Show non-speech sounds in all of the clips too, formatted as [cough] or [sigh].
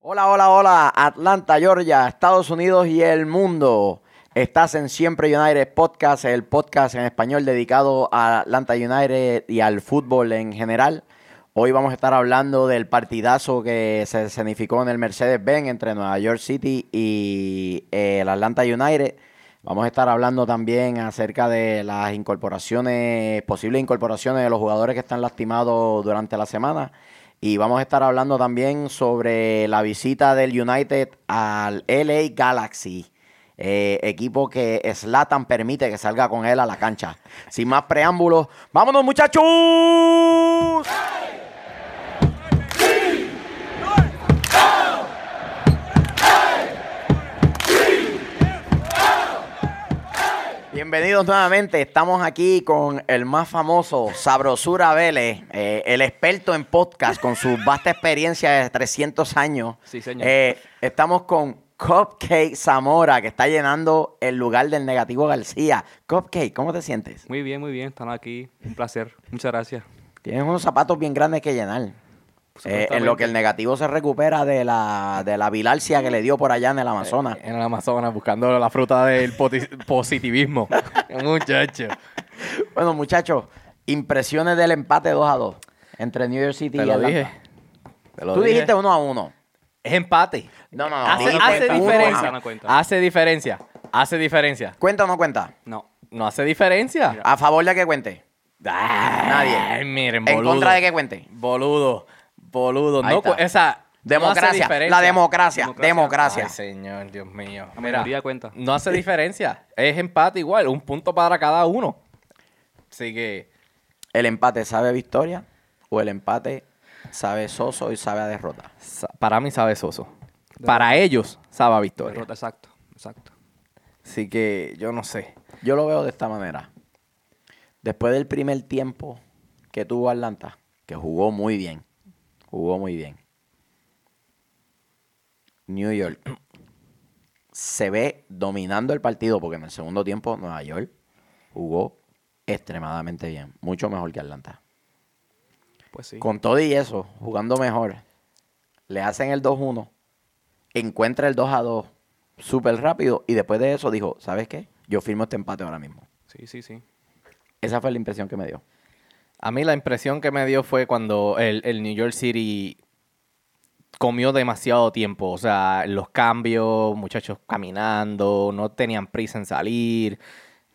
Hola, hola, hola, Atlanta, Georgia, Estados Unidos y el mundo. Estás en Siempre United Podcast, el podcast en español dedicado a Atlanta United y al fútbol en general. Hoy vamos a estar hablando del partidazo que se escenificó en el Mercedes-Benz entre Nueva York City y eh, el Atlanta United. Vamos a estar hablando también acerca de las incorporaciones, posibles incorporaciones de los jugadores que están lastimados durante la semana. Y vamos a estar hablando también sobre la visita del United al LA Galaxy. eh, equipo que Slatan permite que salga con él a la cancha. Sin más preámbulos, ¡vámonos muchachos! Bienvenidos nuevamente, estamos aquí con el más famoso, Sabrosura Vélez, eh, el experto en podcast con su vasta experiencia de 300 años. Sí, señor. Eh, estamos con Cupcake Zamora, que está llenando el lugar del negativo García. Cupcake, ¿cómo te sientes? Muy bien, muy bien, están aquí. Un placer. Muchas gracias. Tienes unos zapatos bien grandes que llenar. Pues, Eh, en lo que el negativo se recupera de la, de la bilarcia que le dio por allá en el Amazonas. En el Amazonas buscando la fruta del poti- [laughs] positivismo. Muchacho. eh. Bueno, muchachos, impresiones del empate 2 a 2 entre New York City Te y lo Atlanta. dije. Te lo Tú dije. dijiste 1 a 1. Es empate. No, no, no. Hace, dijiste hace uno a- diferencia. No cuenta. Hace diferencia. Hace diferencia. ¿Cuenta o no cuenta? No. No hace diferencia. ¿A favor de que cuente? Nadie. Ay, miren, ¿En boludo. contra de que cuente? Boludo. Boludo. Ahí No, cu- está. esa. no hace Democracia. diferencia. la democracia. Democracia. Democracia. Ay, señor, Dios mío. La Mira, mayoría cuenta. no hace diferencia. Es empate igual. Un punto para cada uno. Así que. ¿El empate sabe a victoria o el empate sabe soso y sabe a derrota? sa- Para mí sabe soso. Para ellos sabe a victoria. Derrota, exacto. Exacto. Así que yo no sé. Yo lo veo de esta manera. Después del primer tiempo que tuvo Atlanta, que jugó muy bien, jugó muy bien. New York se ve dominando el partido porque en el segundo tiempo Nueva York jugó extremadamente bien, mucho mejor que Atlanta. Pues sí. Con todo y eso, jugando mejor, le hacen el 2-1, encuentra el 2-2 súper rápido y después de eso dijo, ¿sabes qué? Yo firmo este empate ahora mismo. Sí, sí, sí. Esa fue la impresión que me dio. A mí la impresión que me dio fue cuando el, el New York City comió demasiado tiempo. O sea, los cambios, muchachos caminando, no tenían prisa en salir.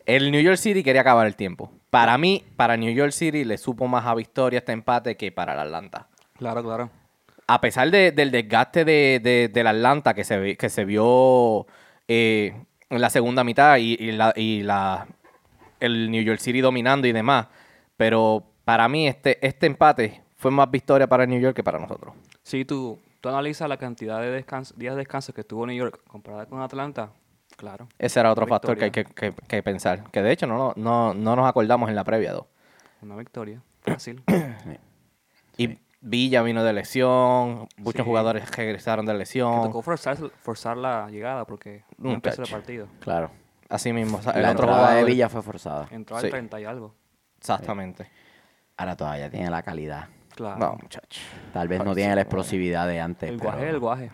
El New York City quería acabar el tiempo. Para mí, para New York City le supo más a victoria este empate que para el Atlanta. Claro, claro. a pesar de- del desgaste de, de- del Atlanta que se, vi- que se vio eh, en la segunda mitad y, y la, y la- el New York City dominando y demás, pero para mí este, este empate fue más victoria para el New York que para nosotros. Si tú, tú analizas la cantidad de descanso- días de descanso que tuvo New York comparada con Atlanta, claro. Ese era otro Victoria. factor que hay que, que- que pensar, que de hecho no, no, no nos acordamos en la previa 2. Una victoria. [coughs] Fácil. Y Villa vino de lesión, muchos Sí. jugadores regresaron de Que lesión, tocó forzar, forzar la llegada porque no empezó el Oh. Muchacho. partido. Claro. así mismo. o sea, El la otro entrada de jugador, Villa fue forzada. Entró al Sí. 30 y algo. Exactamente. Ahora todavía tiene la calidad. Claro. No, muchachos. Tal vez no tiene la explosividad de antes. el pero- guaje, el guaje.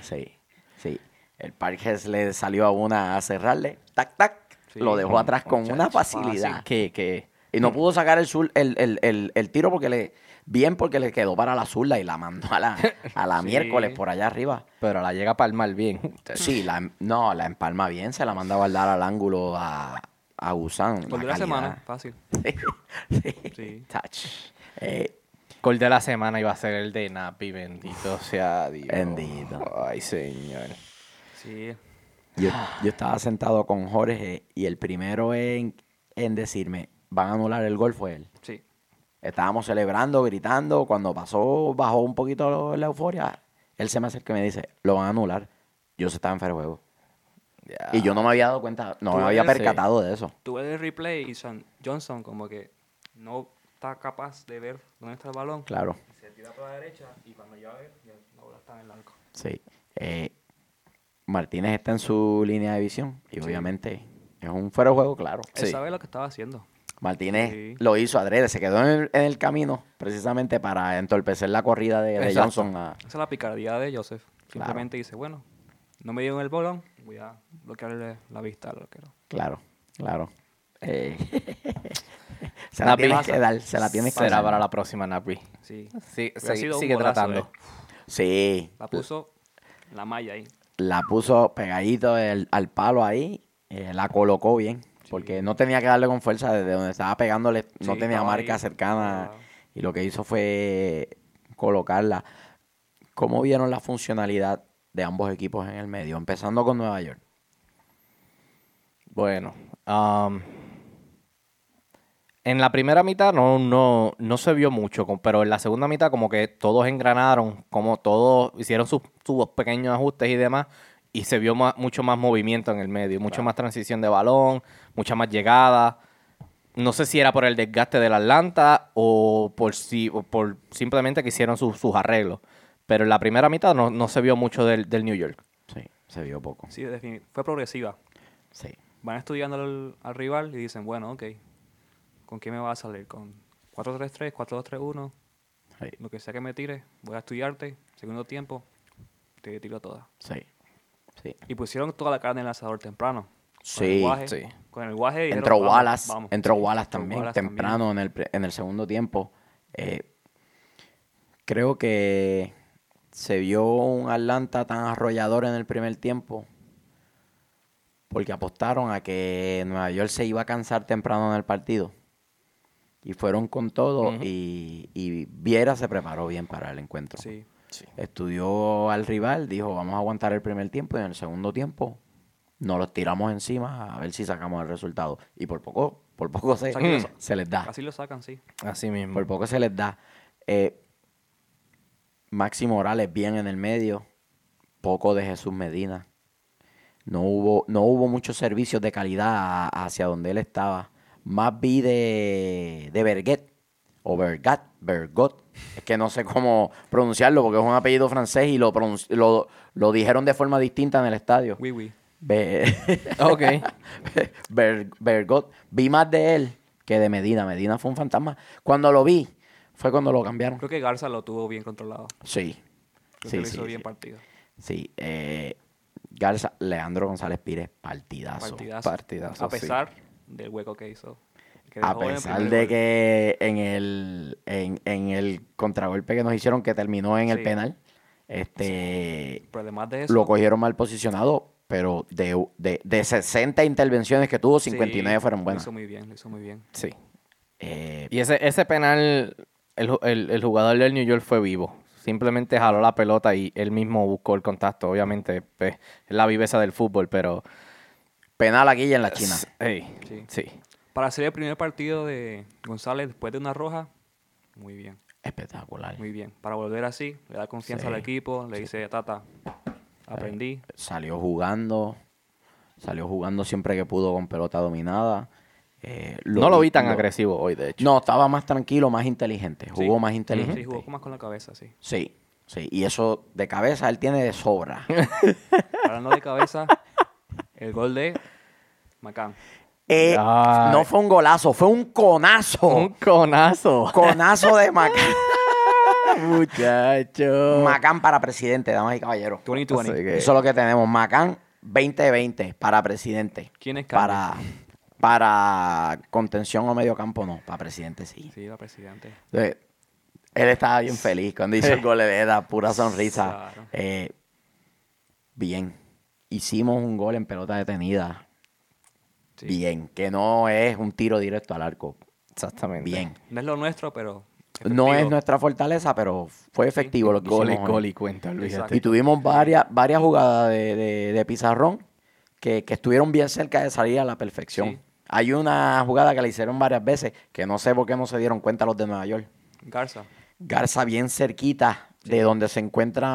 Sí, sí. El Parques le salió a una a cerrarle. Tac, tac. Sí, lo dejó atrás con una muchacho, facilidad. fácil. Que, que Y no pudo sacar el, sur, el, el- el- el tiro porque le. Bien porque le quedó para la zurda y la mandó a la, a la Sí. miércoles por allá arriba. Pero la llega a palmar bien. [laughs] Sí, la, no, la empalma bien, se la mandaba a guardar al ángulo a, a Gusán. Gol de la semana. Fácil. [laughs] Sí. Touch. Eh, Gol de la semana iba a ser el de Napi, bendito sea Dios. Bendito. Ay, señor. Sí. Yo, yo estaba sentado con Jorge y el primero en, en decirme, van a anular el gol fue él. Sí. Estábamos celebrando, gritando. Cuando pasó, bajó un poquito lo- la euforia. Él se me acerca y me dice, lo van a anular. Yo se estaba en fuera de juego. Ya. Y yo no me había dado cuenta, no Tú me había eres- percatado de eso. tú ves el replay y San- Johnson como que no está capaz de ver dónde está el balón. Claro. Se tira para la derecha y cuando ya ve, ya la bola está en el arco. Sí. Eh, Martínez está en su línea de visión. Y obviamente es un fuera de juego, claro. Él Sí. sabe lo que estaba haciendo. Martínez Sí. lo hizo adrede. Se quedó en el, en el camino precisamente para entorpecer la corrida de, de Exacto. Johnson. a- Esa es la picardía de Joseph. Simplemente dice, bueno, no me dieron el bolón, voy a bloquearle la vista al arquero. Claro, claro. [laughs] Eh, se Una la tienes pasa. que dar, se la tienes que Será dar. para la próxima, Napi. Sí. Sí, Hubiera sí, sido un sigue golazo, tratando. eh. Sí, La puso la malla ahí. la puso pegadito el- al palo ahí, eh, la colocó bien, porque no tenía que darle con fuerza desde donde estaba pegándole, no Sí, tenía estaba marca ahí, cercana estaba- y lo que hizo fue colocarla. ¿Cómo vieron la funcionalidad de ambos equipos en el medio? Empezando con Nueva York. Bueno, am, en la primera mitad no, no, no se vio mucho, com- pero en la segunda mitad como que todos engranaron, como todos hicieron sus, sus pequeños ajustes y demás, y se vio ma- mucho más movimiento en el medio, mucho más transición de balón, mucha más llegada. No sé si era por el desgaste del Atlanta o por, si, o por simplemente que hicieron sus- sus arreglos, pero en la primera mitad no, no se vio mucho del, del New York. Sí, se vio poco. Sí, defini- fue progresiva. Sí. Van estudiando al, al rival y dicen, bueno, ok, ¿con quién me va a salir? ¿Con 4-3-3, 4-2-3-1? Sí. Lo que sea que me tires, voy a estudiarte. Segundo tiempo, te tiro toda. Sí. Sí. Y pusieron toda la carne en el asador temprano. Sí, con el guaje, sí. Con el guaje dijeron, Entró "Vamos, Wallace, vamos". entró Sí, Wallace entró también, Wallace también. temprano En, el, pre- en el segundo tiempo. Eh, creo que se vio un Atlanta tan arrollador en el primer tiempo porque apostaron a que Nueva York se iba a cansar temprano en el partido. Y fueron con todo y, y Viera se preparó bien para el encuentro. Sí. Estudió al rival, dijo, vamos a aguantar el primer tiempo y en el segundo tiempo nos los tiramos encima a ver si sacamos el resultado. Y por poco, por poco se, O sea, que los- [laughs] se les da. Así lo sacan, sí. Así mismo. Por poco se les da. Eh, Máximo Morales bien en el medio, poco de Jesús Medina. No hubo, no hubo muchos servicios de calidad a- hacia donde él estaba. Más vi de, de Berguet o Bergat, Bergot. Es que no sé cómo pronunciarlo porque es un apellido francés y lo, pronunci- lo, lo dijeron de forma distinta en el estadio. Oui, oui. [laughs] Be- Ok. [laughs] Ber- Bergot. Vi más de él que de Medina. Medina fue un fantasma. Cuando lo vi, fue cuando lo cambiaron. Creo que Garza lo tuvo bien controlado. Sí. Creo Sí, que lo sí, hizo bien sí. partido. Sí. eh, Garza, Leandro González Pires, partidazo. Partidazo. partidazo, A sí. pesar del hueco que hizo. que A dejó en el pesar primer de gol. que en el, en, en el contragolpe que nos hicieron, que terminó en el Sí. penal, este Pero además de eso. lo cogieron mal posicionado, pero de, de, de 60 intervenciones que tuvo, sí, 59 fueron buenas. Lo hizo muy bien, lo hizo muy bien. Sí. Eh, Y ese, ese penal, el, ju- el- el jugador del New York fue vivo. Simplemente jaló la pelota y él mismo buscó el contacto. Obviamente, pues, es la viveza del fútbol, pero. penal aquí y en la China. S- ey, Sí. sí. Para ser el primer partido de González después de una roja, muy bien, Espectacular. muy bien. Para volver así, le da confianza al Sí. equipo, le dice, Tata, aprendí. salió jugando, salió jugando siempre que pudo con pelota dominada. Eh, no lo vi tan agresivo hoy, de hecho. No, estaba más tranquilo, más inteligente. Jugó Sí. más Sí, inteligente. jugó con- más con la cabeza, sí. Sí, sí. Y eso de cabeza él tiene de [laughs] sobra. Hablando [laughs] de cabeza, el gol de Macán. Eh, Ay. no fue un golazo, fue un conazo. Un conazo. [laughs] conazo de [laughs] Macán. Muchacho. Macán para presidente, damas y caballeros. 2020. Así que- Eso es lo que tenemos. Macán 2020 para presidente. ¿Quién es Carlos? Para, para contención o medio campo, no. Para presidente, sí. Sí, la presidente. Entonces, él estaba bien feliz cuando hizo el gol, era pura sonrisa. Claro. Eh, bien, hicimos un gol en pelota detenida. Sí. Bien, que no es un tiro directo al arco. Exactamente. Bien. No es lo nuestro, pero... No es efectivo. nuestra fortaleza, pero fue efectivo lo que Gol y hicimos. gol y cuenta, olvídate. Y tuvimos varias, varias jugadas de, de- de pizarrón que, que estuvieron bien cerca de salir a la perfección. Sí. Hay una jugada que la hicieron varias veces que no sé por qué no se dieron cuenta los de Nueva York. Garza. Garza bien cerquita de donde se encuentran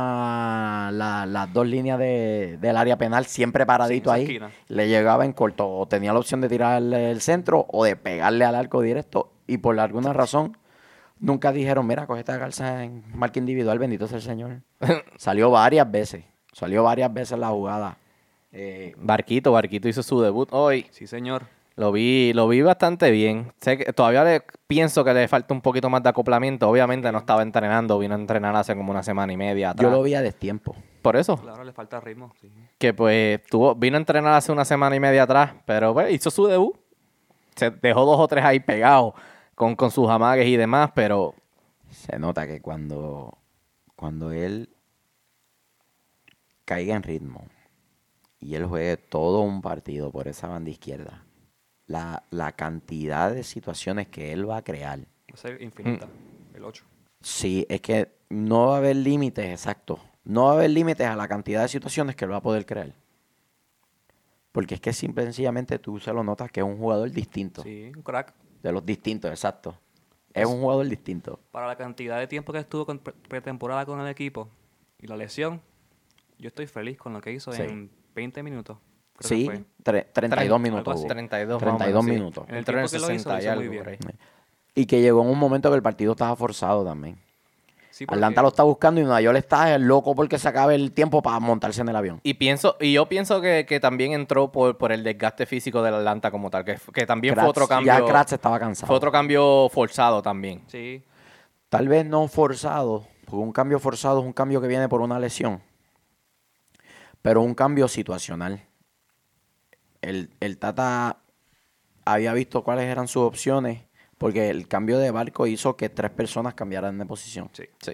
la- las dos líneas de- del área penal, siempre paradito esa ahí. esquina. Le llegaba en corto, o tenía la opción de tirarle el centro o de pegarle al arco directo. Y por alguna razón, nunca dijeron, mira, coge esta Garza en marca individual, bendito sea el [laughs] Señor. Salió varias veces, salió varias veces la jugada. Eh, Barquito, Barquito hizo su debut hoy. Sí, señor. Lo vi, lo vi bastante bien. Sé que todavía le, pienso que le falta un poquito más de acoplamiento. Obviamente no estaba entrenando, vino a entrenar hace como una semana y media. yo atrás. lo vi a destiempo. Por eso. Claro, le falta ritmo. sí. Que pues tuvo, vino a entrenar hace una semana y media atrás, pero pues, hizo su debut. Se dejó dos o tres ahí pegados con, con sus amagues y demás, pero Se nota que cuando, cuando él caiga en ritmo y él juegue todo un partido por esa banda izquierda, la, la cantidad de situaciones que él va a crear, Va a ser infinita. Mm. El 8. sí, es que no va a haber límites, exacto. No va a haber límites a la cantidad de situaciones que él va a poder crear. Porque es que simple y sencillamente tú se lo notas que es un jugador distinto. Sí, un crack. De los distintos, exacto. Es un jugador distinto. Para la cantidad de tiempo que estuvo con pre- pretemporada con el equipo y la lesión, yo estoy feliz con lo que hizo Sí. en 20 minutos. creo que Sí, fue. tre- 32 minutos. así. hubo. 32, 32 minutos. En el Entró tiempo que lo hizo, lo 60 y hizo muy algo bien. por ahí. Y que llegó en un momento que el partido estaba forzado también. Sí, porque- Atlanta lo está buscando y Nueva York está loco porque se acabe el tiempo para montarse en el avión. Y pienso, y yo pienso que, que también entró por, por el desgaste físico del Atlanta como tal, que, f- que también Kratz- fue otro cambio. Ya Kratz estaba cansado. fue otro cambio forzado también. Sí, Tal vez no forzado, porque un cambio forzado es un cambio que viene por una lesión. Pero un cambio situacional. El, el Tata había visto cuáles eran sus opciones, porque el cambio de barco hizo que tres personas cambiaran de posición. sí. Sí.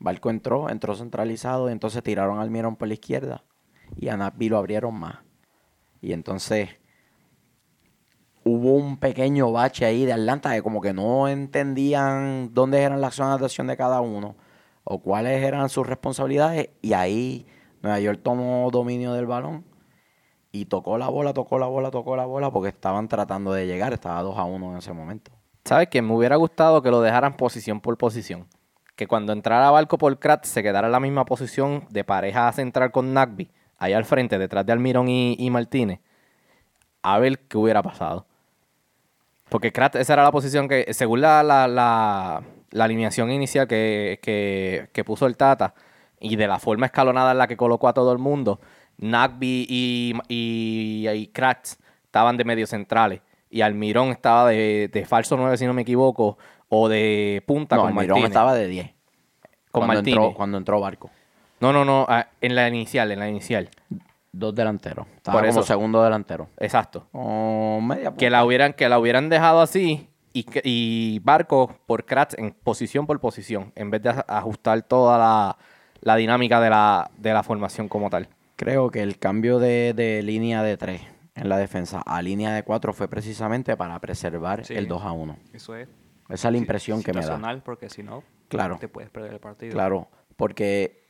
Barco entró, entró centralizado, y entonces tiraron al Mirón por la izquierda y a Napi lo abrieron más. Y entonces hubo un pequeño bache ahí de Atlanta que como que no entendían dónde eran las zonas de acción de cada uno o cuáles eran sus responsabilidades y ahí Nueva York tomó dominio del balón y tocó la bola, tocó la bola, tocó la bola porque estaban tratando de llegar, estaba 2 a 1 en ese momento. ¿Sabes que Me hubiera gustado que lo dejaran posición por posición. Que cuando entrara Barco por Kratz se quedara en la misma posición de pareja central con Nagby, allá al frente, detrás de Almirón y, y Martínez. A ver qué hubiera pasado. Porque Kratz, esa era la posición que, según la, la- la- la alineación inicial que, que- que puso el Tata, y de la forma escalonada en la que colocó a todo el mundo, Nagby y, y, y Kratz estaban de medio centrales. Y Almirón estaba de, de falso 9, si no me equivoco, o de punta No, con el Martínez. Mirón estaba de 10 con cuando Martínez. entró, cuando entró Barco. No, no, no, ah, en la inicial, en la inicial. Dos delanteros. Estaba Por como eso. segundo delantero. Exacto. O media Que la hubieran, que la hubieran dejado así y, que- y Barco por Kratz en posición por posición, en vez de a- ajustar toda la, la dinámica de la, de la formación como tal. Creo que el cambio de, de línea de 3 en la defensa a línea de 4 fue precisamente para preservar Sí. el 2 a 1. Eso es. Esa es la impresión que me da. situacional, porque si no, Claro. te puedes perder el partido. Claro, porque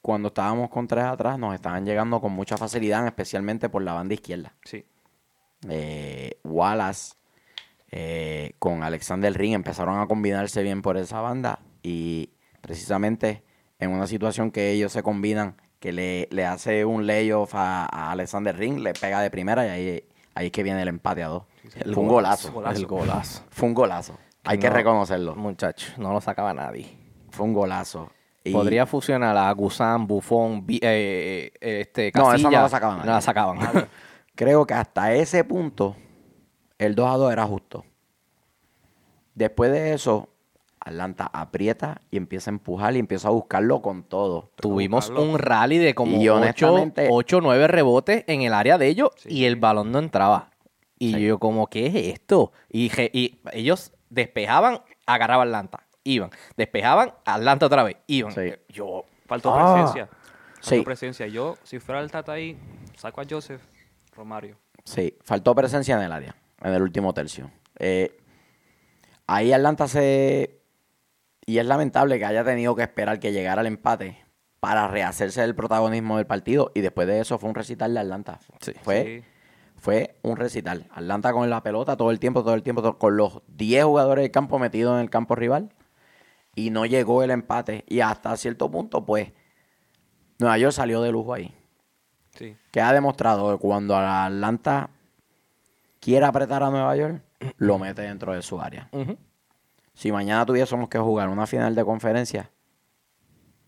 cuando estábamos con 3 atrás nos estaban llegando con mucha facilidad, especialmente por la banda izquierda. Sí. eh, Wallace eh, con Alexander Ring empezaron a combinarse bien por esa banda y precisamente en una situación que ellos se combinan, que le, le hace un layoff a, a Alexander Ring, le pega de primera y ahí, ahí es que viene el empate a dos. Fue un golazo. Golazo. El golazo. Fue un golazo. Hay que No, reconocerlo. Muchachos, no lo sacaba nadie. Fue un golazo. Y- Podría fusionar a Gusán, Bufón, Bi- eh, eh, este, No, esa no la Casillas. sacaban No nadie. la sacaban. [laughs] creo que hasta ese punto el 2 a 2 era justo. Después de eso, Atlanta aprieta y empieza a empujar y empieza a buscarlo con todo. Tuvimos buscarlo. un rally de como Y 8 honestamente- o 9 rebotes en el área de ellos Sí. y el balón no entraba. Y Sí. yo como, ¿qué es esto? Y, je- y ellos despejaban, agarraban Atlanta, iban. Despejaban, Atlanta otra vez, iban. Eh, Sí. Yo, Faltó Ah. presencia. Faltó Sí. presencia. Yo, si fuera el Tata ahí, saco a Joseph Romario. Sí, faltó presencia en el área, en el último tercio. Eh, ahí Atlanta se... Y es lamentable que haya tenido que esperar que llegara el empate para rehacerse del protagonismo del partido. Y después de eso fue un recital de Atlanta. Sí. fue Sí. fue un recital. Atlanta con la pelota todo el tiempo, todo el tiempo, to- con los 10 jugadores del campo metidos en el campo rival. Y no llegó el empate. Y hasta cierto punto, pues, Nueva York salió de lujo ahí. Sí. Que ha demostrado que cuando Atlanta quiere apretar a Nueva York, lo mete dentro de su área. ujú. Si mañana tuviésemos que jugar una final de conferencia,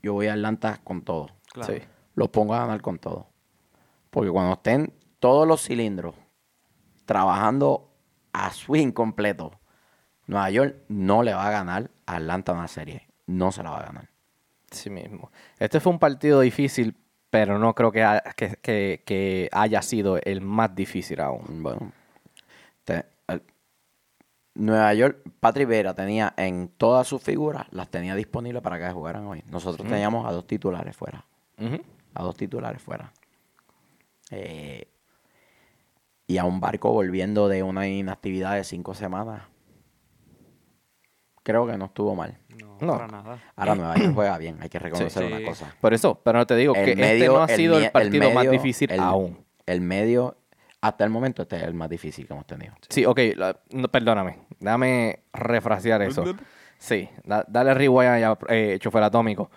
yo voy a Atlanta con todo. Claro. Sí. Los pongo a ganar con todo. Porque cuando estén todos los cilindros trabajando a su incompleto, Nueva York no le va a ganar a Atlanta una serie. No se la va a ganar. Sí mismo. Este fue un partido difícil pero no creo que, ha- que- que- que haya sido el más difícil aún. Bueno. te- el- Nueva York, Patri Vera tenía en todas sus figuras, las tenía disponibles para que jugaran hoy. Nosotros teníamos a dos titulares fuera. Ujú. A dos titulares fuera. Eh, y a un barco volviendo de una inactividad de cinco semanas. Creo que no estuvo mal. No, No. para nada. Eh, Ahora Nueva [clears throat] York juega bien, hay que reconocer Sí. una cosa. Por eso, pero te digo El que este no ha el sido mie- el partido más medio- difícil el- aún. El medio, hasta el momento, este es el más difícil que hemos tenido. Sí, ok, la- no, perdóname. Dame refrasear eso. Sí, da- dale rewind allá, eh, chofer atómico.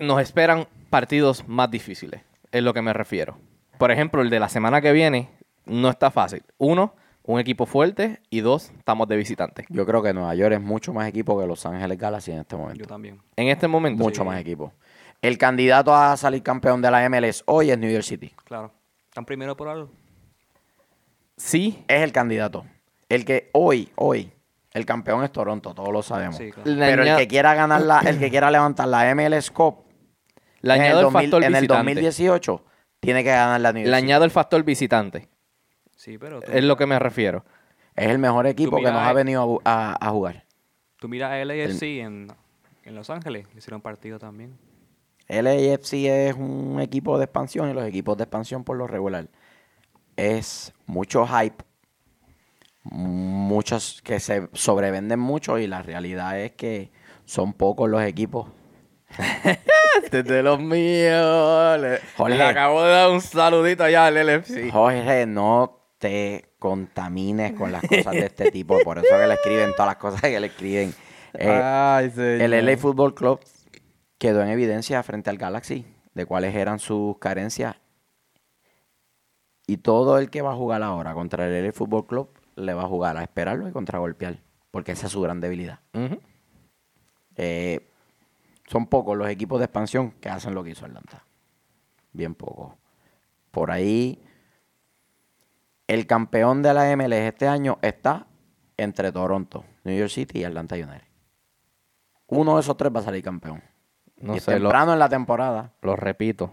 Nos esperan partidos más difíciles, es lo que me refiero. Por ejemplo, el de la semana que viene no está fácil. Uno, un equipo fuerte y dos, estamos de visitantes. Yo creo que Nueva York es mucho más equipo que Los Ángeles Galaxy en este Yo momento. también. En este momento, Mucho más equipo. El candidato a salir campeón de la MLS hoy es New York City. Claro. Están primero por algo. sí, Es el candidato. El que hoy, hoy, el campeón es Toronto, todos lo sabemos. Sí, claro. Pero el Leña- que quiera ganar la, el que quiera levantar la MLS Cup le en, el añado el, 2000 factor en el visitante. 2018 tiene que ganar la New York Le City. añado el factor visitante, Sí, pero tú, es lo que me refiero. Es el mejor equipo que nos miras- ha venido a bu- a- a jugar. tú miras a LAFC en, en Los Ángeles. Hicieron partido también. LAFC es un equipo de expansión y los equipos de expansión por lo regular es mucho hype, muchos que se sobrevenden mucho y la realidad es que son pocos los equipos. Este es de los míos. Le, Jorge. le acabo de dar un saludito allá al LFC. Jorge, no te contamines con las cosas de este tipo, por eso que le escriben todas las cosas que le escriben. Eh, Ay, señor. el LA Football Club quedó en evidencia frente al Galaxy de cuáles eran sus carencias. Y todo el que va a jugar ahora contra el LA Football Club le va a jugar a esperarlo y contragolpear, porque esa es su gran debilidad. Ujú. Eh, son pocos los equipos de expansión que hacen lo que hizo Atlanta. Bien pocos. Por ahí, el campeón de la MLS este año está entre Toronto, New York City y Atlanta United. Uno de esos tres va a salir campeón. No y es sé, lo, temprano en la temporada. lo repito.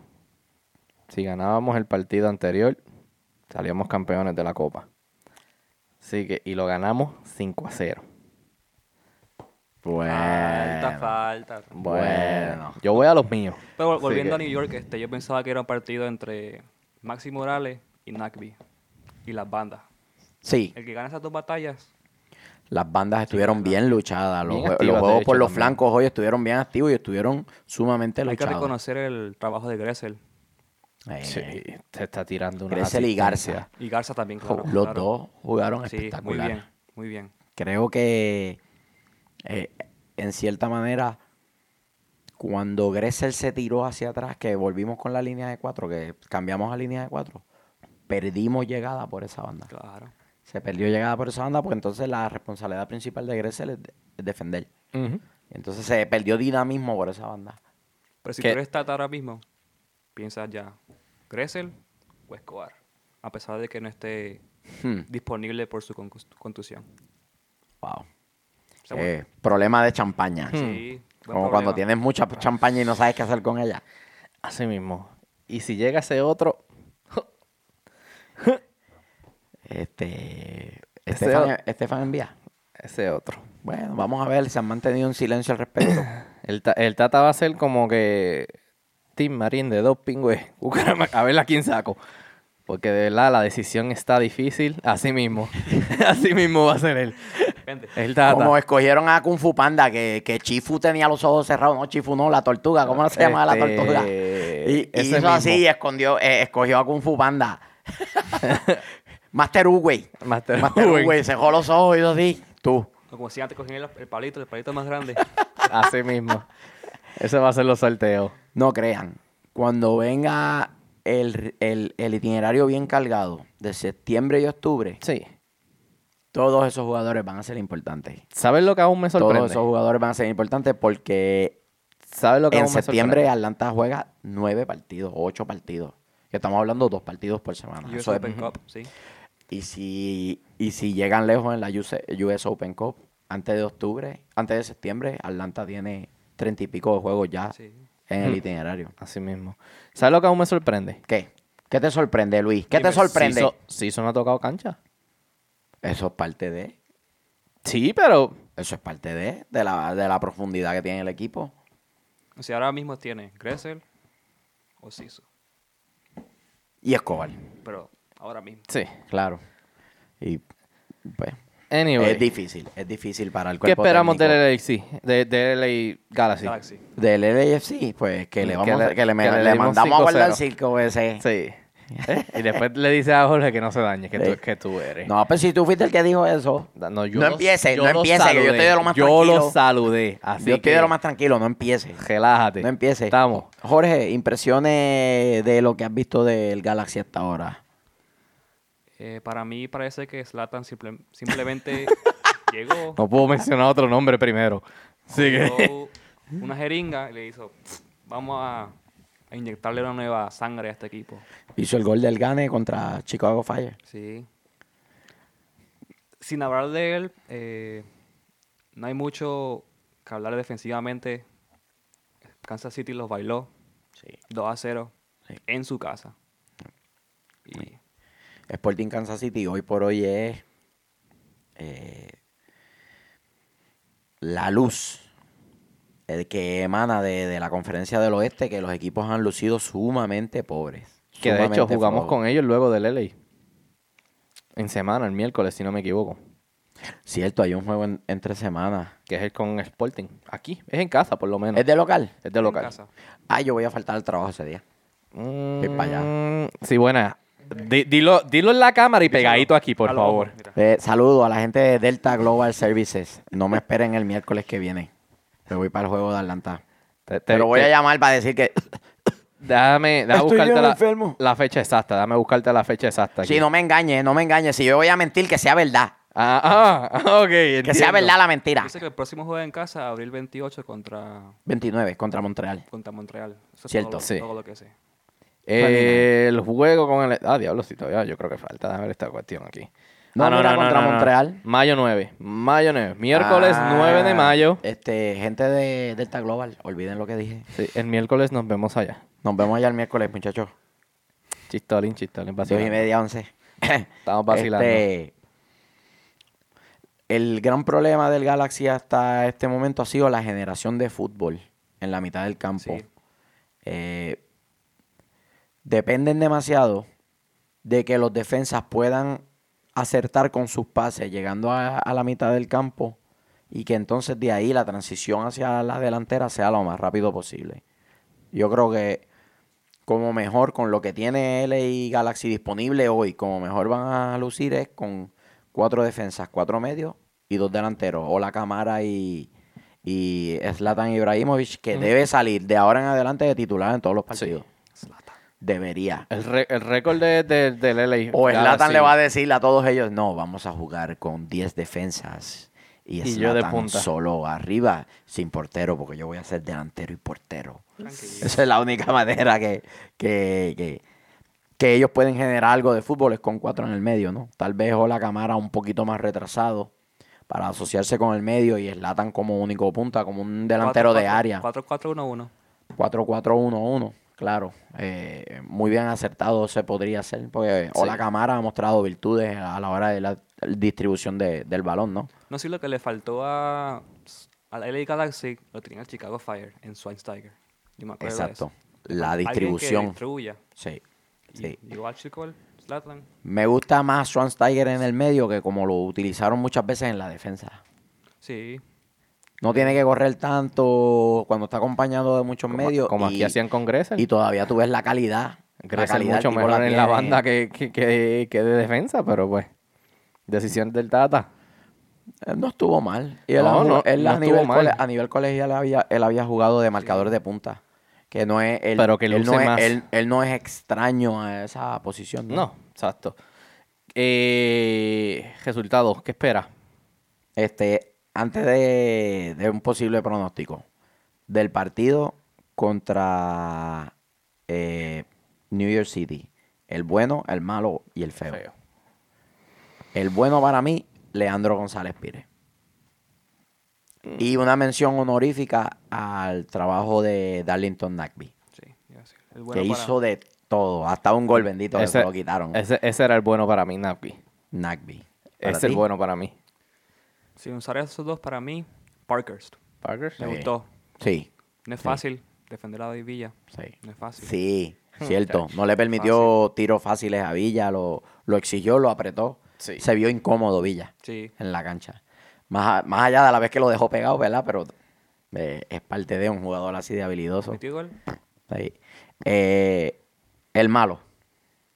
Si ganábamos el partido anterior, salíamos campeones de la Copa. Así que, y lo ganamos 5 a 0. Falta, Bueno. falta. Bueno. Yo voy a los míos. Pero vol- Así volviendo a que- New York, este, yo pensaba que era un partido entre Maxi Morales y Nagby y las bandas. Sí, El que gana esas dos batallas, las bandas estuvieron bien luchadas. Los, Bien jue- los activas, de juegos hecho, por los también. flancos hoy estuvieron bien activos y estuvieron sumamente hay que luchados. reconocer el trabajo de Gressel Eh, Sí, se está tirando una. Gressel y asistencia. Garza. y Garza también, claro. Los claro. dos jugaron Sí, muy espectacular. bien, muy bien. Creo que eh, en cierta manera, cuando Gressel se tiró hacia atrás, que volvimos con la línea de cuatro, que cambiamos a línea de cuatro, perdimos llegada por esa banda. Claro. Se perdió llegada por esa banda, pues entonces la responsabilidad principal de Gressel es, de- es defender. Ujú. Entonces se perdió dinamismo por esa banda. Pero si ¿Qué? tú eres Tata ahora mismo, piensas ya, Gressel o Escobar, a pesar de que no esté Hmm, disponible por su concus- contusión. wow. Está bueno. Eh, problema de champaña. Hmm. Sí, buen Como cuando problema. tienes mucha champaña y no sabes qué hacer con ella. Así mismo. Y si llega ese otro, [laughs] Este, Ese- Estefan, Estefan envía. ese otro. Bueno, vamos a ver, se han mantenido en silencio al [coughs] respecto. El, ta- el Tata va a ser como que Tim Marín de dos pingües. [laughs] Bucaramanga, A verla quién saco. Porque de verdad la decisión está difícil. Así mismo. [laughs] Así mismo va a ser él. Depende. Eh. El Tata. Como escogieron a Kung Fu Panda, que, que Chifu tenía los ojos cerrados. No, Chifu no, la tortuga. ¿Cómo se llama la Este, [laughs] tortuga? Y, y ese hizo mismo. así y escondió, eh, escogió a Kung Fu Panda. [laughs] Master Uguay. Master Master Uguay. Uguay. Cerró los ojos y hizo así. Tú. O Como si antes cogían el, el palito, el palito [laughs] más grande. Así mismo. Ese va a ser los sorteos. No crean. Cuando venga el, el- el itinerario bien cargado de septiembre y octubre, Sí. todos esos jugadores van a ser importantes. ¿Sabes lo que aún me Todos sorprende? esos jugadores van a ser importantes porque ¿Sabes lo que en aún me septiembre sorprende? Atlanta juega nueve partidos, ocho partidos. Que estamos hablando dos partidos por semana. US Eso es- Open Cup, sí. y si y si llegan lejos en la US, US Open Cup antes de octubre, antes de septiembre, Atlanta tiene treinta y pico de juegos ya Sí. en el itinerario. Así mismo. ¿Sabes lo que aún me sorprende? ¿Qué? ¿Qué te sorprende, Luis? ¿Qué te Dime, sorprende? Siso- Siso no ha tocado cancha. Eso es parte de. Sí, pero Eso es parte de, de la, de la profundidad que tiene el equipo. O sea, ahora mismo tiene Gressel o Siso. Y Escobar. Pero ahora mismo. sí. Claro. Y pues. Anyway, Es difícil, es difícil para el ¿qué cuerpo esperamos técnico. del LAFC? De, del LA Galaxy. Galaxy. Del LAFC, pues que le, Que vamos, a- le- que le, me- que le le dimos mandamos a guardar 5-0. cinco veces. [laughs] Sí. ¿Eh? y después le dice a Jorge que no se dañe, que, Sí. tú, que tú eres. No, pero si tú fuiste el que dijo eso. Da- no, yo No los- empieces, yo no los empieces, que yo saludé. estoy de lo más Yo tranquilo. los saludé. Así yo estoy que de lo más tranquilo, no empieces. relájate. No empieces. Estamos. Jorge, impresiones de lo que has visto del Galaxy hasta ahora. Eh, para mí parece que Slatan [laughs] simplemente llegó, No puedo mencionar otro nombre primero. Sigue. dio una jeringa y le hizo, vamos a, a inyectarle una nueva sangre a este equipo. Hizo el gol del Gane contra Chicago Fire. Sí. Sin hablar de él, eh, no hay mucho que hablar defensivamente. Kansas City los bailó Sí. 2 a 0 Sí. en su casa. Y Sporting Kansas City hoy por hoy es eh, la luz el que emana de, de la conferencia del oeste que los equipos han lucido sumamente pobres. [laughs] Que de hecho sumamente jugamos flojos. con ellos luego del LA. En semana, el miércoles, si no me equivoco. Cierto, hay un juego en- entre semanas. Que es el con Sporting. Aquí. Es en casa, por lo menos. ¿Es de local? Es de en local. casa. Ah, yo voy a faltar al trabajo ese día. Mm, pa' allá. Sí, buena. Di- dilo, dilo en la cámara y pegadito aquí, por A los ojos, favor. mira. Eh, saludo a la gente de Delta Global Services. No me esperen el miércoles que viene. Me voy para el juego de Atlanta. Te, te- Te lo voy te- a llamar para decir que Déjame, déjame Estoy buscarte bien la, enfermo. la fecha exacta. Déjame buscarte la fecha exacta. aquí. si no me engañes, no me engañes. Si yo voy a mentir, que sea verdad. Ah, [laughs] ah, ok. Que sea entiendo. verdad la mentira. Dice que el próximo juego en casa, abril 28 contra, 29 contra Montreal. contra Montreal. Eso es Cierto. todo, lo- Sí. todo lo que sé. Eh, el juego con el. Ah, diablo, si todavía. Yo creo que falta. Déjame ver esta cuestión aquí. No, Ah, mira, contra Montreal. Mayo 9. Mayo 9. Miércoles Ah, 9 de mayo. Este, gente de Delta Global, olviden lo que dije. Sí, el miércoles nos vemos allá. Nos vemos allá el miércoles, muchachos. Chistolín, chistolín. Dos y vacilando. media, once. [coughs] Estamos vacilando. Este, el gran problema del Galaxy hasta este momento ha sido la generación de fútbol en la mitad del campo. Sí. Eh, dependen demasiado de que los defensas puedan acertar con sus pases llegando a, a la mitad del campo y que entonces de ahí la transición hacia la delantera sea lo más rápido posible. Yo creo que como mejor con lo que tiene L y Galaxy disponible hoy, como mejor van a lucir es con cuatro defensas, cuatro medios y dos delanteros. O la Camara y, y Zlatan Ibrahimovic, que debe salir de ahora en adelante de titular en todos los partidos. Debería. El, re- el récord de, de- del LA. O Galaxy. Zlatan le va a decir a todos ellos, no, vamos a jugar con 10 defensas y Y yo de Zlatan punta". solo arriba, sin portero, porque yo voy a ser delantero y portero. Tranquilo. Esa es la única [laughs] manera que, que, que- que ellos pueden generar algo de fútbol es con cuatro en el medio, ¿no? Tal vez la Camara un poquito más retrasado para asociarse con el medio y Slatan como único punta, como un delantero de área. 4-4-1-1. 4-4-1-1, claro. Eh, muy bien acertado se podría hacer, porque Sí. Ola Camara ha mostrado virtudes a la hora de la distribución de- del balón, ¿no? No sé lo que le faltó a, a la LA Galaxy, lo tenía el Chicago Fire en Schweinsteiger. Yo me acuerdo de Exacto. eso. La Alguien que distribución. distribuya. Sí. Y sí. Llegó al chico el Zlatan. Me gusta más Schwansteiger en el medio que como lo utilizaron muchas veces en la defensa. Sí. No tiene que correr tanto cuando está acompañado de muchos Como, medios. como y, aquí hacían con Gressel. y todavía tú ves la calidad. La Gressel calidad, el mucho tipo mejor en la tiene. banda que, que, que- que de defensa, pero pues. Decisión del Tata. Él Eh, no estuvo mal. Y él, No, a, no, él a no estuvo nivel cole- mal. a nivel colegial había, él había jugado de marcador de punta. Que no es. Él, Pero que él no luce es, más. Él, él no es extraño a esa posición. ¿no? No, exacto. Eh, resultados, ¿qué espera? Este, antes de, de un posible pronóstico del partido contra eh, New York City. El bueno, el malo y el feo. Feo. El bueno para mí, Leandro González Pires. Y una mención honorífica al trabajo de Darlington Nagby, Sí, iba a decir. Es bueno que para- hizo de todo, hasta un gol bendito que se Ese- lo quitaron. Ese, ese era el bueno para mí, Napi. Nagby. Para Ese es el ti. bueno para mí. Si usar esos dos, para mí, Parkhurst. Parker. Me Sí. gustó. Sí, No es fácil defender a Villa. sí. No es fácil. [laughs] Sí, cierto. No le permitió tiros fáciles a Villa, lo, lo exigió, lo apretó. Sí. Se vio incómodo Villa Sí. en la cancha. Más, a- más allá de la vez que lo dejó pegado, ¿verdad? Pero eh, es parte de un jugador así de habilidoso. ¿Metió gol? Sí. Eh, el malo.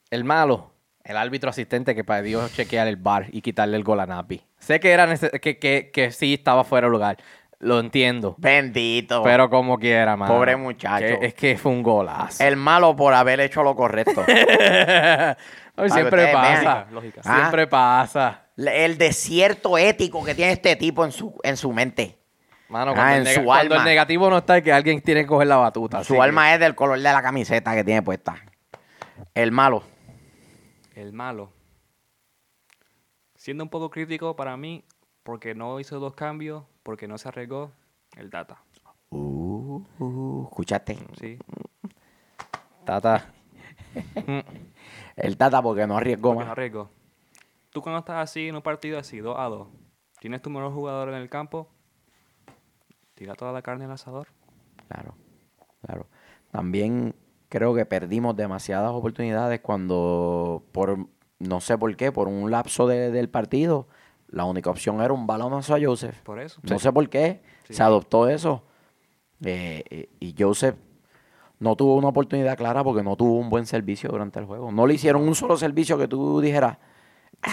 El malo, el árbitro asistente que pidió chequear el bar y quitarle el gol a Napi. Sé que, era nece- que, que, que sí estaba fuera de lugar, lo entiendo. Bendito. Pero como quiera, mano. Pobre muchacho. Que- es que fue un golazo. el malo por haber hecho lo correcto. [laughs] Ay, Para que siempre ustedes pasa. vean. Lógica. Ah. Siempre pasa. Le- el desierto ético que tiene este tipo en su, en su mente. Mano, Ah, cuando, el, en nega- su cuando el alma. negativo no está, es que alguien tiene que coger la batuta. su alma es del color de la camiseta que tiene puesta. El malo. El malo. Siendo un poco crítico para mí, porque no hizo dos cambios, porque no se arriesgó, el Data. Uh, uh, escuchaste. Sí. Tata. El Tata porque no arriesgó Porque no más. arriesgó. Tú cuando estás así en un partido así, 2 a 2, tienes tu mejor jugador en el campo, tira toda la carne al asador. Claro, claro. También creo que perdimos demasiadas oportunidades cuando, por no sé por qué, por un lapso de- del partido, la única opción era un balonazo a Joseph. Por eso. No sé por qué Sí. se adoptó eso. Eh, eh, y Joseph no tuvo una oportunidad clara porque no tuvo un buen servicio durante el juego. No le hicieron un solo servicio que tú dijeras,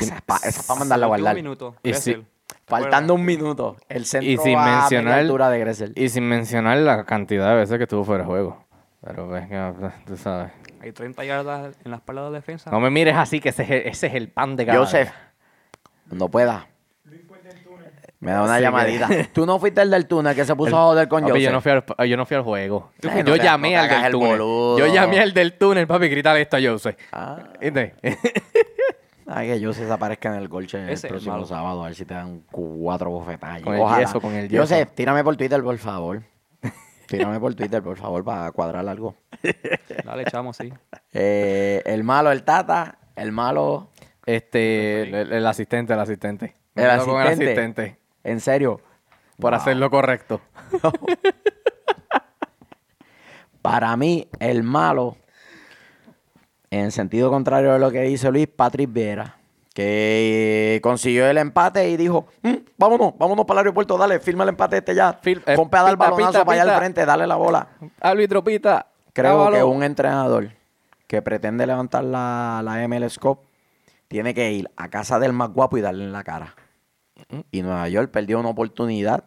esa es para mandarla a Faltó guardar. Un minuto. Y sí. Gressel, ¿te Faltando acuerdas? un minuto, el centro Y sin a media mencionar- altura de Gressel. Y sin mencionar la cantidad de veces que estuvo fuera de juego. Pero es que, pues, tú sabes. Hay 30 yardas en la espalda de la defensa. No me mires así, que ese es el, ese es el pan de cada Joseph, día. no pueda. Me da una Sí, que- [laughs] llamadita. Tú no fuiste el del túnel que se puso El- a joder con Papi, Joseph. yo no, fui al, yo no fui al juego. Tú Yo fuiste. No te- llamé no te al del hagas el túnel. boludo. Yo llamé al del túnel, papi, grítale esto a Joseph. Ah. ¿Viste? Ay, que Joseph aparezca en el golche el Ese es el próximo malo. sábado, a ver si te dan cuatro bofetadas. Con el yeso, con el yeso. Joseph, tírame por Twitter, por favor. Tírame por Twitter, por favor, para cuadrar algo. Dale, [laughs] echamos, sí. Eh, el malo, el Tata. El malo, [laughs] Este, el, el- el asistente, el asistente. Me el quedo con asistente. asistente En serio. por Wow. hacer lo correcto. Para mí, el malo, en sentido contrario de lo que dice Luis, Patrick Viera, que eh, consiguió el empate y dijo, "Mm, vámonos, vámonos para el aeropuerto, dale, firma el empate este ya. Fil- eh, Pompe a dar pita, balonazo pita, para allá pita. al frente, dale la bola. Árbitro Pita. Creo que lávalo. un entrenador que pretende levantar la, la MLS Cup tiene que ir a casa del más guapo y darle en la cara. Y Nueva York perdió una oportunidad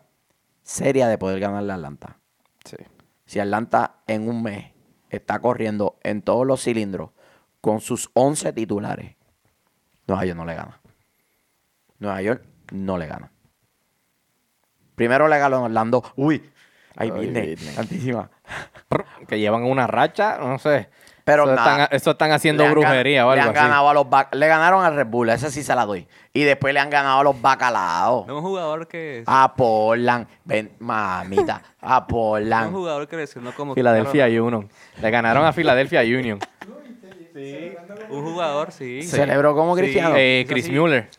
seria de poder ganarle a Atlanta. Sí. Si Atlanta en un mes está corriendo en todos los cilindros con sus 11 titulares, Nueva York no le gana. Nueva York no le gana. Primero le ganó Orlando. Uy, ahí Ay, viene. Whitney. Santísima. Prr, Que llevan una racha, no sé. Pero eso, nada. están, eso están haciendo Le han brujería gan- o le algo han así. ganado a los bac- le ganaron al Red Bull, esa sí se la doy. Y después le han ganado a los bacalaos. No pues. un jugador que. A Portland. Ven, mamita. A No un Portland. jugador que lesionó como. Filadelfia Union. Le ganaron a [laughs] Filadelfia Union. Un jugador, sí. Sí. Celebró como cristiano. Eh, Hizo Chris así. Mueller.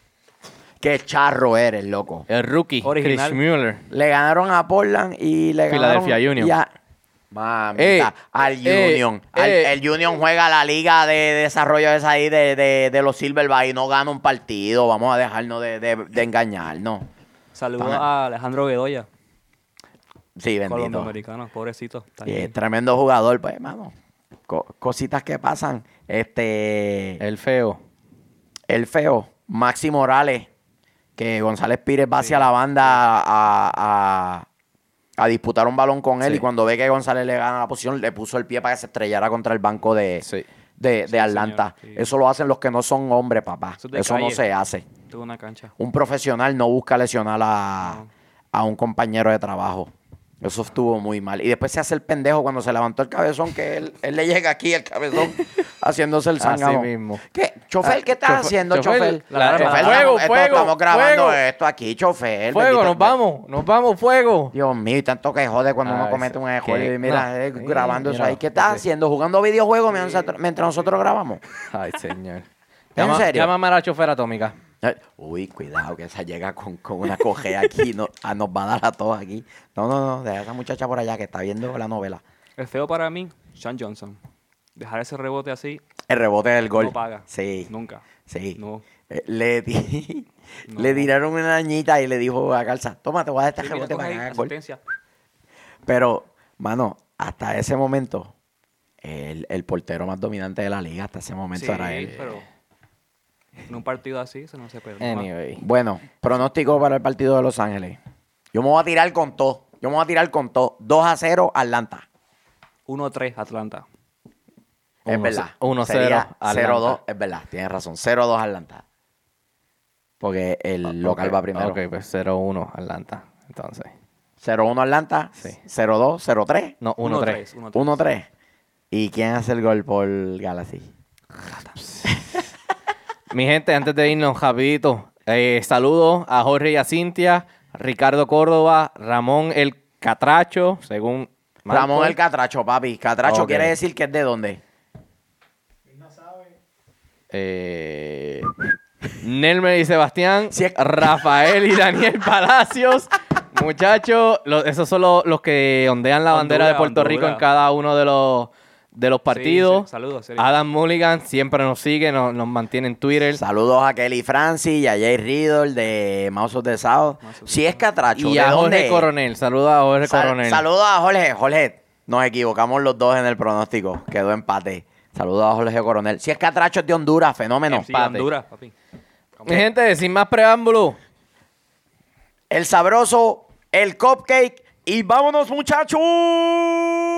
Qué charro eres, loco. El rookie. Original. Chris Mueller. Le ganaron a Portland y le ganaron Philadelphia Union. Eh, y a- Mamita, Ey, al ey, Union. Al- ey. El Union juega la liga de desarrollo esa ahí de, de, de los Silverback y no gana un partido. Vamos a dejarnos de, de, de engañarnos. Saludos Pana. a Alejandro Bedoya, Sí, bendito. colomboamericano, pobrecito. Está Y es bien. tremendo jugador, pues, hermano. Co- cositas que pasan. Este, el, El feo. feo, Maxi Morales, que González Pires va hacia la banda a, a- a disputar un balón con él. Sí. Y cuando ve que González le gana la posición, le puso el pie para que se estrellara contra el banco de, Sí. de, de Sí, Atlanta. señor, sí. Eso lo hacen los que no son hombres, papá. Eso Eso, es de no calle. se hace. Tuvo una cancha. Un profesional no busca lesionar a, No. a un compañero de trabajo. Eso estuvo muy mal. Y después se hace el pendejo cuando se levantó el cabezón, que él, él le llega aquí el [laughs] cabezón haciéndose el Así sangrado. mismo. ¿Qué? Chofer, ¿qué estás chofer- haciendo, chofer? chofer? La- Chofer, fuego, estamos- esto- fuego, Estamos grabando fuego. esto aquí, chofer. Fuego, bendito- nos vamos, nos vamos, fuego. Dios mío, y tanto que jode cuando Ah, uno comete eso- un error. que- Y mira, no. eh, Sí, grabando eso mira, ahí. ¿Qué estás ese- haciendo? ¿Jugando videojuegos mientras, mientras nosotros grabamos? Ay, señor. ¿En Llama- serio? Llámame a la chofera atómica. Ay, Uy, cuidado, que esa llega con, con una cojea aquí. No, ah, nos va a dar a todos aquí. No, no, no, deja a esa muchacha por allá que está viendo la novela. El feo para mí, Sean Johnson. Dejar ese rebote así El rebote del gol. no paga. Sí, Nunca. sí. No. Eh, Le, [laughs] di- No. le tiraron una añita y le dijo a Calza, toma, te voy a dar este Sí, mira, rebote coge para ahí, que hagas gol". asistencia. Pero, mano, hasta ese momento, el, el portero más dominante de la liga hasta ese momento Sí, era él. pero en un partido así eso no se pierde. Anyway. Bueno, pronóstico para el partido de Los Ángeles. Yo me voy a tirar con todo. Yo me voy a tirar con todo. 2 a 0 Atlanta. 1-3 Atlanta. Es Uno verdad. ce- uno Sería cero, Atlanta. 0-2. Es verdad. Tienes razón. 0-2 Atlanta. Porque el local Ah, Ok, va primero. Ok, pues 0-1 Atlanta. Entonces. 0-1 Atlanta. Sí. 0-2, 0-3. No, 1-3. 1-3. 1-3. ¿Y quién hace el gol por Galaxy? Mi gente, antes de irnos, rapidito. eh, saludos a Jorge y a Cintia, Ricardo Córdoba, Ramón el Catracho, según... Marco. Ramón el Catracho, papi. Catracho Ok. quiere decir que es de dónde. Eh, Nelmer y Sebastián, Si es- Rafael y [laughs] Daniel Palacios. Muchachos, lo- esos son los, los que ondean la bandera Honduras, de Puerto Rico en Honduras. cada uno de los, de los partidos. sí, saludos, serio. Adam Mulligan siempre nos sigue, nos, nos mantiene en Twitter. Saludos a Kelly Francis y a Jay Riddle de Mouse of the South. Mouse of the Si es Catracho, Y ¿de a dónde Jorge es? Coronel, saludos a Jorge Sal- Coronel. Saludos a Jorge. Jorge, nos equivocamos los dos en el pronóstico. Quedó empate. Saludos a Jorge Coronel. Si es Catracho es de Honduras, fenómeno. Sí, empate. Honduras, papi. Mi gente, sin más preámbulo, El sabroso, el cupcake y vámonos muchachos.